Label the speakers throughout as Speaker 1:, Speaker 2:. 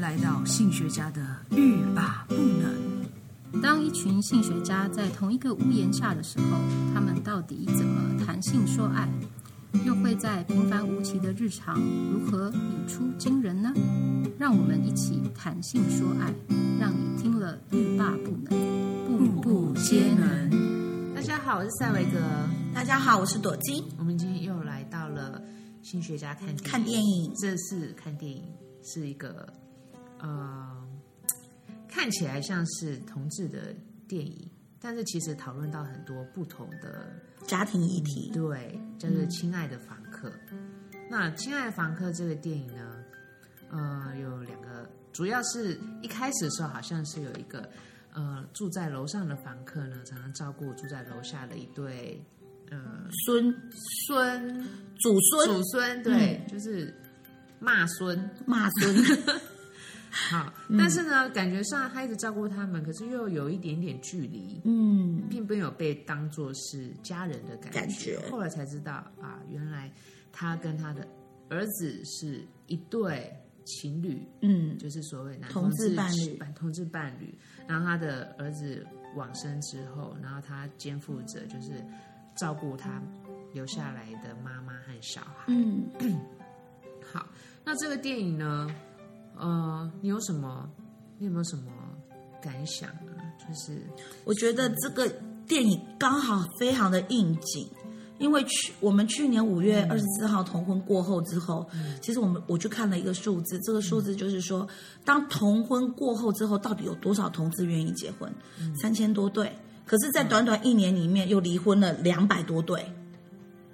Speaker 1: 来到性学家的欲罢不能。
Speaker 2: 当一群性学家在同一个屋檐下的时候，他们到底怎么谈性说爱？又会在平凡无奇的日常如何语出惊人呢？让我们一起谈性说爱，让你听了欲罢不能，步步皆能。
Speaker 3: 大家好，我是赛维格。
Speaker 4: 大家好，我是朵金。
Speaker 3: 我们今天又来到了新学家看电影
Speaker 4: 看电影
Speaker 3: 这是看电影是一个呃，看起来像是同志的电影，但是其实讨论到很多不同的
Speaker 4: 家庭议题，
Speaker 3: 对，叫做《亲爱的房客》。那《亲爱的房客》这个电影呢，呃，有两个，主要是一开始的时候好像是有一个呃住在楼上的房客呢，常常照顾住在楼下的一对呃
Speaker 4: 孙
Speaker 3: 孙
Speaker 4: 祖孙嗯
Speaker 3: 祖孙，对，就是骂孙。
Speaker 4: 骂孙，
Speaker 3: 好，
Speaker 4: 嗯
Speaker 3: 但是呢，感觉上他一直照顾他们，可是又有一点点距离。
Speaker 4: 嗯，
Speaker 3: 并没有被当作是家人的感觉。
Speaker 4: 感觉
Speaker 3: 后来才知道啊，原来他跟他的儿子是一对情侣，
Speaker 4: 嗯，
Speaker 3: 就是所谓男
Speaker 4: 同志
Speaker 3: 志
Speaker 4: 伴侣
Speaker 3: 伴同志伴侣。然后他的儿子往生之后，然后他肩负着就是照顾他留下来的妈妈和小孩。
Speaker 4: 嗯，
Speaker 3: 好，那这个电影呢，呃，你有什么？你有没有什么感想啊？就是
Speaker 4: 我觉得这个电影刚好非常的应景，因为去我们去年五月二十四号同婚过后之后，其实我们我去看了一个数字，这个数字就是说，当同婚过后之后，到底有多少同志愿意结婚？三千多对。可是，在短短一年里面，又离婚了两百多对。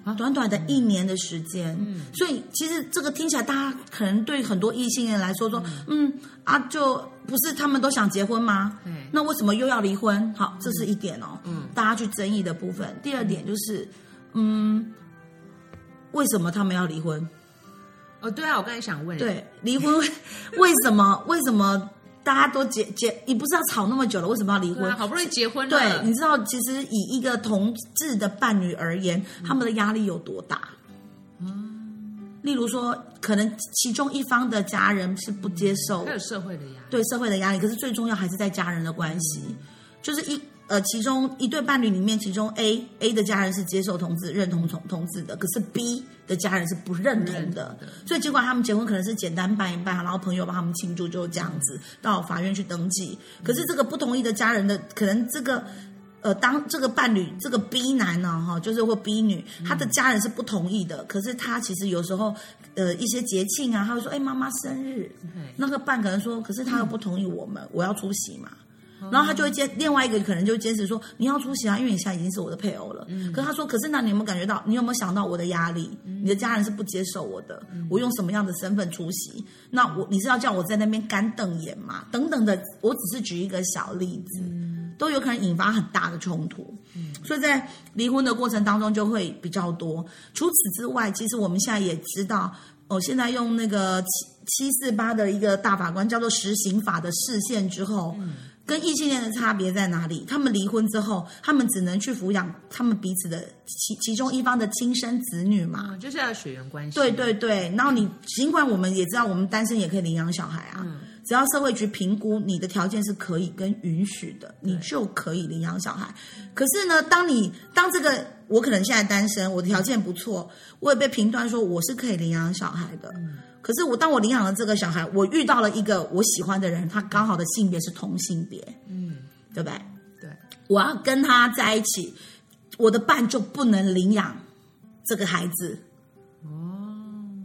Speaker 3: 啊
Speaker 4: 短短的一年的时间，所以其实这个听起来，大家可能对很多异性恋来说说，嗯啊，就不是他们都想结婚吗？
Speaker 3: 对
Speaker 4: 那为什么又要离婚？好，这是一点哦，嗯，大家去争议的部分。第二点就是，嗯，为什么他们要离婚？
Speaker 3: 哦，对啊，我刚才想问，
Speaker 4: 对，离婚为什么？为什么大家都结结？你不是要吵那么久了，为什么要离
Speaker 3: 对
Speaker 4: 婚
Speaker 3: 啊，？好不容易结婚了，
Speaker 4: 对，你知道，其实以一个同志的伴侣而言，他们的压力有多大？嗯例如说，可能其中一方的家人是不接受
Speaker 3: 还有社会的压力，
Speaker 4: 对社会的压力，可是最重要还是在家人的关系，就是一呃，其中一对伴侣里面，其中 A A 的家人是接受同志、认同同同志的，可是 B 的家人是不认同的，
Speaker 3: 不认同的
Speaker 4: 所以结果他们结婚可能是简单办一办，然后朋友帮他们庆祝，就这样子到法院去登记。可是这个不同意的家人的，可能这个。呃，当这个伴侣这个 B 男呢，哈，就是或 B 女，他的家人是不同意的。可是他其实有时候，呃，一些节庆啊，他会说，哎、妈妈生日，
Speaker 3: 对
Speaker 4: 那个伴可能说，可是他又不同意我们，我要出席嘛。然后他就会坚，另外一个可能就坚持说你要出席啊，因为你现在已经是我的配偶了。可是他说，可是那你有没有感觉到，你有没有想到我的压力？你的家人是不接受我的，我用什么样的身份出席？那我你是要叫我在那边干瞪眼嘛？等等的，我只是举一个小例子，都有可能引发很大的冲突。所以在离婚的过程当中就会比较多。除此之外，其实我们现在也知道，哦，现在用那个七七四八的一个大法官叫做实行法的释宪之后，跟异性恋的差别在哪里？他们离婚之后，他们只能去抚养他们彼此的其其中一方的亲生子女嘛。
Speaker 3: 嗯，就是要血缘关系，
Speaker 4: 对对对，然后你尽管我们也知道，我们单身也可以领养小孩
Speaker 3: 嗯
Speaker 4: 啊，只要社会局评估你的条件是可以跟允许的，你就可以领养小孩。可是呢，当你当这个我可能现在单身，我的条件不错，我也被评断说我是可以领养小孩的。可是我当我领养了这个小孩，我遇到了一个我喜欢的人，他刚好的性别是同性别，
Speaker 3: 嗯，
Speaker 4: 对不对？
Speaker 3: 对，
Speaker 4: 我要跟他在一起，我的伴就不能领养这个孩子。
Speaker 3: 哦，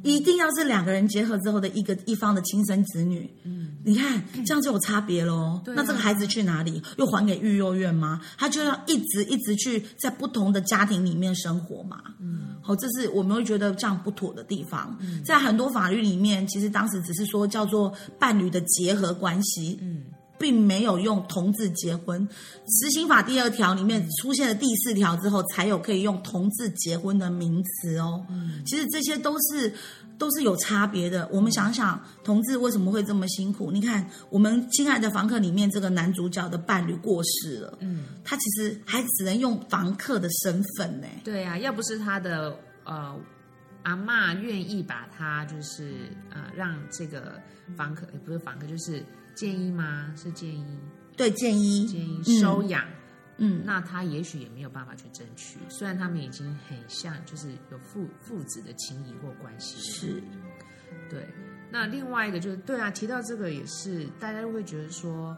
Speaker 4: 一定要是两个人结合之后的一个一方的亲生子女。
Speaker 3: 嗯，
Speaker 4: 你看这样就有差别喽。
Speaker 3: 对啊
Speaker 4: 那这个孩子去哪里？又还给育幼院吗？他就要一直一直去在不同的家庭里面生活嘛。嗯，好，这是我们会觉得这样不妥的地方。
Speaker 3: 嗯
Speaker 4: 在很多法律里面，其实当时只是说叫做伴侣的结合关系。
Speaker 3: 嗯，
Speaker 4: 并没有用同志结婚，实行法第二条里面出现了第四条之后，才有可以用同志结婚的名词哦。其实这些都是都是有差别的。我们想想，同志为什么会这么辛苦？你看，我们《亲爱的房客》里面这个男主角的伴侣过世了，嗯，他其实还只能用房客的身份呢、
Speaker 3: 对啊，要不是他的呃阿嬷愿意把他就是呃让这个房客也不是房客，就是建议吗？是建议
Speaker 4: 对建
Speaker 3: 建
Speaker 4: 一，
Speaker 3: 议
Speaker 4: 嗯
Speaker 3: 收养。
Speaker 4: 嗯，
Speaker 3: 那他也许也没有办法去争取，虽然他们已经很像，就是有父父子的情谊或关系了。
Speaker 4: 是
Speaker 3: 对，那另外一个就是，对啊，提到这个也是，大家会觉得说，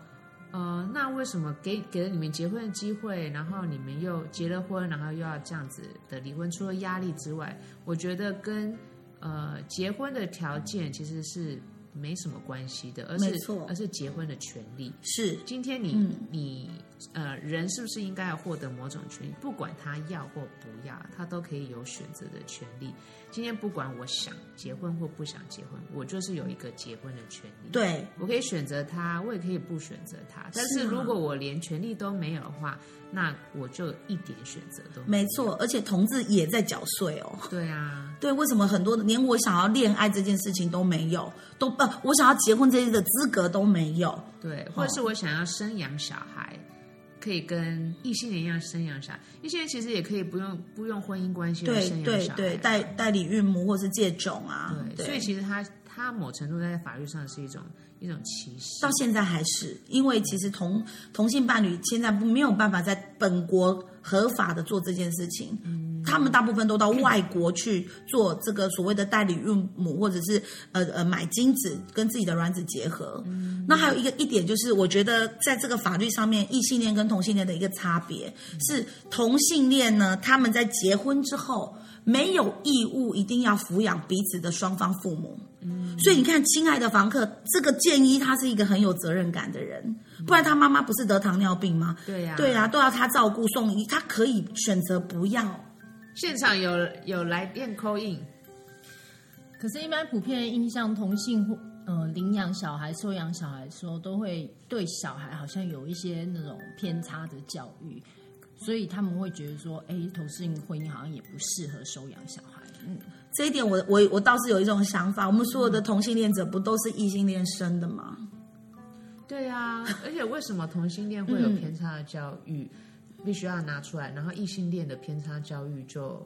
Speaker 3: 呃，那为什么给给了你们结婚的机会，然后你们又结了婚，然后又要这样子的离婚？除了压力之外，我觉得跟呃结婚的条件其实是没什么关系的，而
Speaker 4: 没
Speaker 3: 是
Speaker 4: 错
Speaker 3: 而是结婚的权利。
Speaker 4: 是，
Speaker 3: 今天你、
Speaker 4: 嗯
Speaker 3: 你呃，人是不是应该要获得某种权利？不管他要或不要，他都可以有选择的权利。今天不管我想结婚或不想结婚，我就是有一个结婚的权利。，
Speaker 4: 对，
Speaker 3: 我可以选择他，我也可以不选择他。但是
Speaker 4: 是啊
Speaker 3: 如果我连权利都没有的话，那我就一点选择都没有。
Speaker 4: 没错，而且同志也在缴税哦。
Speaker 3: 对啊，
Speaker 4: 对，为什么很多的连我想要恋爱这件事情都没有，都不、我想要结婚这些的资格都没有，
Speaker 3: 对，或者是我想要生养小孩，可以跟异性人一样生养小孩。异性人其实也可以不用不用婚姻关系来
Speaker 4: 对
Speaker 3: 生养
Speaker 4: 对
Speaker 3: 小孩啊。
Speaker 4: 对，代代理孕母或是借种啊，
Speaker 3: 对，所以其实他他某程度在法律上是一种一种歧视
Speaker 4: 到。现在还是，因为其实同同性伴侣现在不没有办法在本国合法的做这件事情，他们大部分都到外国去做这个所谓的代理孕母，或者是呃呃买精子跟自己的卵子结合。那还有一个一点就是，我觉得在这个法律上面，异性恋跟同性恋的一个差别是，同性恋呢，他们在结婚之后没有义务一定要抚养彼此的双方父母。所以你看，亲爱的房客，这个建一他是一个很有责任感的人，不然他妈妈不是得糖尿病吗？
Speaker 3: 对呀、
Speaker 4: 对啊，都要他照顾送医，他可以选择不要。
Speaker 3: 现场有有来电 call in，
Speaker 5: 可是，一般普遍的印象，同性或呃领养小孩、收养小孩的时候，都会对小孩好像有一些那种偏差的教育，所以他们会觉得说，哎、同性婚姻好像也不适合收养小孩。嗯，
Speaker 4: 这一点我，我我倒是有一种想法，我们所有的同性恋者不都是异性恋生的吗？
Speaker 3: 对呀、而且为什么同性恋
Speaker 4: 嗯
Speaker 3: 会有偏差的教育，必须要拿出来，然后异性恋的偏差教育就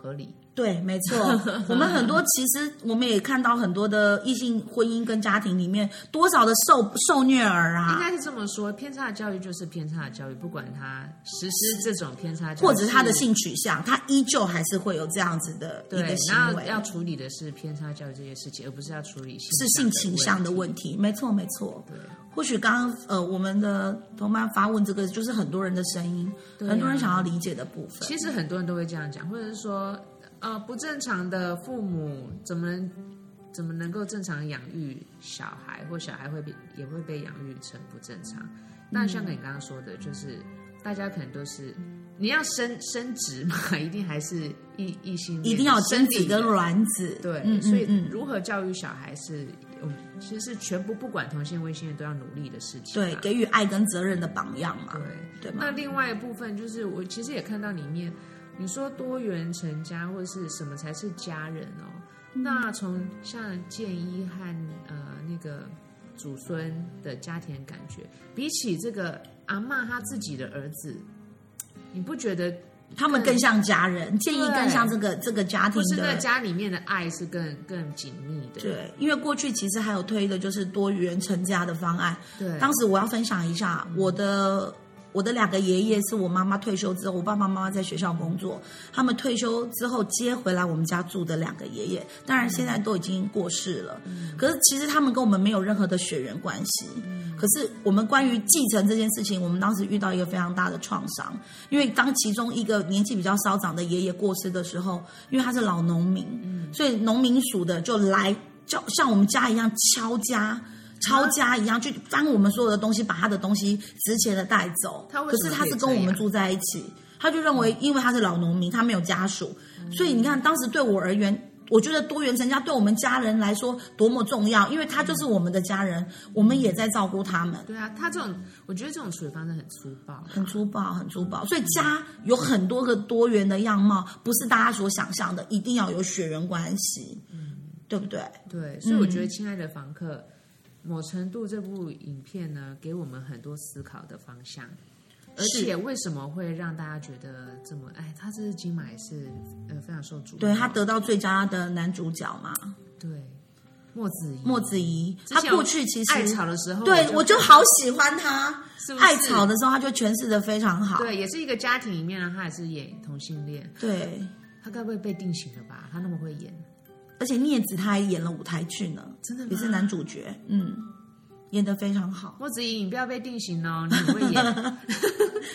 Speaker 3: 合理。
Speaker 4: 对，没错， 我们很多其实我们也看到很多的异性婚姻跟家庭里面多少的受受虐儿
Speaker 3: 应
Speaker 4: 啊，
Speaker 3: 该是这么说，偏差的教育就是偏差的教育，不管他实施这种偏差教育，
Speaker 4: 或者是他的性取向，他依旧还是会有这样子的一
Speaker 3: 对
Speaker 4: 个，行
Speaker 3: 然后
Speaker 4: 为。
Speaker 3: 要处理的是偏差教育这些事情，而不是要处理性
Speaker 4: 是性
Speaker 3: 向
Speaker 4: 倾向的
Speaker 3: 问
Speaker 4: 问题，没错没错。
Speaker 3: 题。对。
Speaker 4: 或许刚刚呃，我们的同伴发问这个，就是很多人的声音，
Speaker 3: 对啊
Speaker 4: 很多人想要理解的部分。
Speaker 3: 其实很多人都会这样讲，或者是说，呃，不正常的父母怎么能怎么能够正常养育小孩，或小孩会被也会被养育成不正常？
Speaker 4: 嗯
Speaker 3: 那像你刚刚说的，就是大家可能都是嗯你要生生殖嘛，一定还是异异性恋，
Speaker 4: 一定要有
Speaker 3: 生
Speaker 4: 精
Speaker 3: 理
Speaker 4: 子跟卵子，
Speaker 3: 对，
Speaker 4: 嗯
Speaker 3: 所以
Speaker 4: 嗯嗯，
Speaker 3: 如何教育小孩是，嗯，其实是全部不管同性异性恋都要努力的事情、啊。
Speaker 4: 对，给予爱跟责任的榜样嘛，
Speaker 3: 对。
Speaker 4: 对吗？
Speaker 3: 那另外一部分就是，我其实也看到里面，你说多元成家或者是什么才是家人哦？
Speaker 4: 嗯
Speaker 3: 那从像建一和呃那个祖孙的家庭感觉，比起这个阿嬷她自己的儿子，你不觉得
Speaker 4: 他们更像家人，建议更像这个这个家庭
Speaker 3: 不是在
Speaker 4: 的。
Speaker 3: 家里面的爱是更更紧密的？
Speaker 4: 对，因为过去其实还有推的就是多元成家的方案，
Speaker 3: 对，嗯
Speaker 4: 当时我要分享一下我的。我的两个爷爷是我妈妈退休之后，我爸爸妈妈在学校工作，他们退休之后接回来我们家住的两个爷爷，当然现在
Speaker 3: 嗯
Speaker 4: 都已经过世了。可是其实他们跟我们没有任何的血缘关系。
Speaker 3: 嗯
Speaker 4: 可是我们关于继承这件事情，我们当时遇到一个非常大的创伤，因为当其中一个年纪比较稍长的爷爷过世的时候，因为他是老农民，
Speaker 3: 嗯
Speaker 4: 所以农民署的就来叫像我们家一样敲家。抄家一样去翻我们所有的东西，把他的东西值钱的带走。
Speaker 3: 他为
Speaker 4: 可
Speaker 3: 什么
Speaker 4: 是他是
Speaker 3: 可以
Speaker 4: 跟
Speaker 3: 这
Speaker 4: 我们
Speaker 3: 样
Speaker 4: 住在一起，他就认为因为他是老农民，他没有家属，所以你看当时对我而言。我觉得多元成家对我们家人来说多么重要，因为他就是我们的家人，我们也在照顾他们，
Speaker 3: 对啊，他这种我觉得这种处理方式很粗暴啊，
Speaker 4: 很粗暴，很粗暴。所以家有很多个多元的样貌，不是大家所想象的一定要有血缘关系，对不对？
Speaker 3: 对，所以我觉
Speaker 4: 嗯
Speaker 3: 得《亲爱的房客》某程度这部影片呢，给我们很多思考的方向。而且为什么会让大家觉得这么？哎，他这是金马也是呃非常受瞩目，
Speaker 4: 对他得到最佳的男主角嘛，
Speaker 3: 对莫子仪，
Speaker 4: 莫子仪，
Speaker 3: 之
Speaker 4: 他
Speaker 3: 前
Speaker 4: 过去其实
Speaker 3: 艾草的时候，
Speaker 4: 对我就好喜欢他。
Speaker 3: 是不是
Speaker 4: 艾草的时候，他就诠释的非常好。
Speaker 3: 对，也是一个家庭里面啊，他也是演同性恋，
Speaker 4: 对，
Speaker 3: 他该不会被定型了吧？他那么会演，
Speaker 4: 而且聂子他还演了舞台剧呢，
Speaker 3: 真的吗
Speaker 4: 也是男主角，嗯，演的非常好。
Speaker 3: 莫子仪，你不要被定 型哦，你很会演。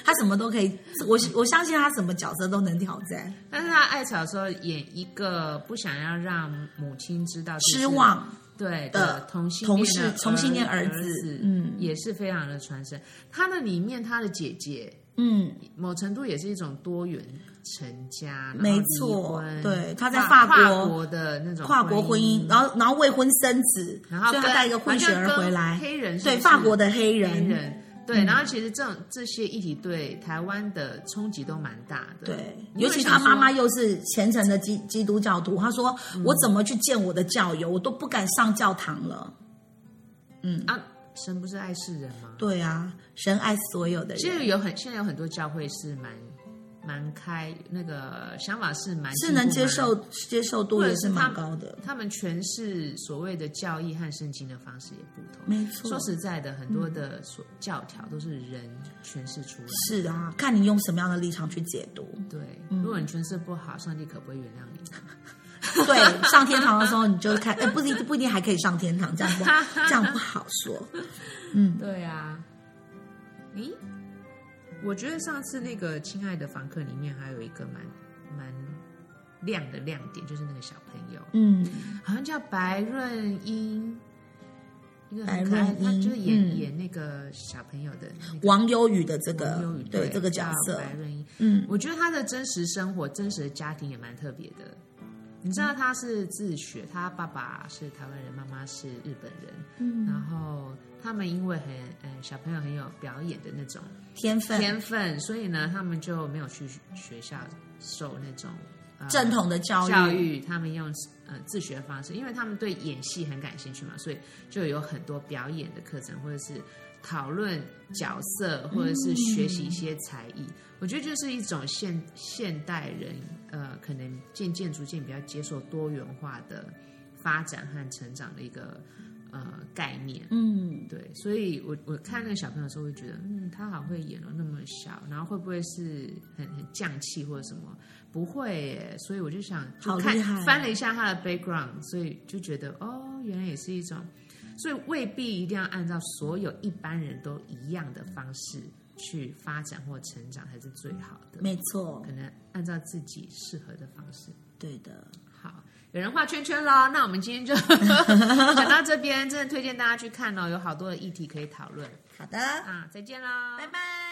Speaker 4: 他什么都可以，我我相信他什么角色都能挑战。
Speaker 3: 但是他艾草的时候演一个不想要让母亲知道这是
Speaker 4: 失望，
Speaker 3: 对
Speaker 4: 的
Speaker 3: 同性
Speaker 4: 同
Speaker 3: 恋
Speaker 4: 事
Speaker 3: 的
Speaker 4: 同性恋儿
Speaker 3: 儿
Speaker 4: 子嗯
Speaker 3: 嗯，也是非常的传神。他们里面他的姐姐
Speaker 4: 嗯，
Speaker 3: 某程度也是一种多元成家，然后
Speaker 4: 没
Speaker 3: 离
Speaker 4: 错
Speaker 3: 婚，
Speaker 4: 对他在
Speaker 3: 跨
Speaker 4: 法国
Speaker 3: 跨国的那种
Speaker 4: 跨国婚姻，然后然后未婚生子，
Speaker 3: 然后
Speaker 4: 所以他
Speaker 3: 跟
Speaker 4: 带一个混血儿
Speaker 3: 好像跟
Speaker 4: 回来，
Speaker 3: 黑人是不
Speaker 4: 对
Speaker 3: 是
Speaker 4: 法国的黑
Speaker 3: 黑
Speaker 4: 人，嗯
Speaker 3: 人。对，然后其实这种这些议题对台湾的冲击都蛮大的。
Speaker 4: 对，
Speaker 3: 你会
Speaker 4: 尤其他
Speaker 3: 想
Speaker 4: 妈
Speaker 3: 说
Speaker 4: 妈又是虔诚的基基督教徒，他说、
Speaker 3: 嗯
Speaker 4: 我怎么去见我的教友，我都不敢上教堂了。
Speaker 3: 啊，神不是爱世人吗？
Speaker 4: 对啊，神爱所有的
Speaker 3: 其
Speaker 4: 人，
Speaker 3: 实有很现在有很多教会是蛮蛮开，那个想法是蛮
Speaker 4: 是能
Speaker 3: 进步
Speaker 4: 接
Speaker 3: 蛮
Speaker 4: 受接受度
Speaker 3: 或者
Speaker 4: 也
Speaker 3: 是
Speaker 4: 蛮
Speaker 3: 他
Speaker 4: 高的，
Speaker 3: 他们诠释所谓的教义和圣经的方式也不同。
Speaker 4: 没错。
Speaker 3: 说实在的，很多的所教条都是人诠释出来。
Speaker 4: 是啊，看你用什么样的立场去解读。
Speaker 3: 对，如果你诠释不好，上帝可不会原谅你。
Speaker 4: 对，上天堂的时候你就看，哎、不一定不一定还可以上天堂，这 样不好，这样不好说。嗯，
Speaker 3: 对啊，咦，我觉得上次那个《亲爱的房客》里面还有一个蛮蛮亮的亮点，就是那个小朋友，
Speaker 4: 嗯，
Speaker 3: 好像叫白润英，一个
Speaker 4: 白
Speaker 3: 很可爱，
Speaker 4: 润
Speaker 3: 他就是演、
Speaker 4: 英嗯
Speaker 3: 演那个小朋友的那个
Speaker 4: 王忧雨的这个
Speaker 3: 王忧宇
Speaker 4: 对这个角
Speaker 3: 叫
Speaker 4: 色，
Speaker 3: 白润英。
Speaker 4: 嗯，
Speaker 3: 我觉得他的真实生活、真实的家庭也蛮特别的。你知道他是自学，他爸爸是台湾人，妈妈是日本人，嗯，然后他们因为很呃小朋友很有表演的那种
Speaker 4: 天分
Speaker 3: 天分，所以呢，他们就没有去学校受那种、呃
Speaker 4: 正统的教育，
Speaker 3: 教育，他们用呃自学方式，因为他们对演戏很感兴趣嘛，所以就有很多表演的课程，或者是讨论角色，或者是学习一些才艺。我觉得就是一种现现代人呃，可能渐渐逐渐比较接受多元化的发展和成长的一个呃概念。
Speaker 4: 嗯，
Speaker 3: 对，所以我我看那个小朋友的时候，会觉得，嗯，他好会演哦，那么小，然后会不会是很很匠气或者什么？不会耶，所以我就想，就
Speaker 4: 好
Speaker 3: 看
Speaker 4: 厉害哦
Speaker 3: 翻了一下他的 background，所以就觉得，哦，原来也是一种，所以未必一定要按照所有一般人都一样的方式去发展或成长才是最好的，
Speaker 4: 没错
Speaker 3: 可，能按照自己适合的方式。
Speaker 4: 对的。
Speaker 3: 好，有人画圈圈喽。那我们今天就 讲到这边，真的推荐大家去看哦，有好多的议题可以讨论
Speaker 4: 好的，
Speaker 3: 啊！再见喽，
Speaker 4: 拜拜。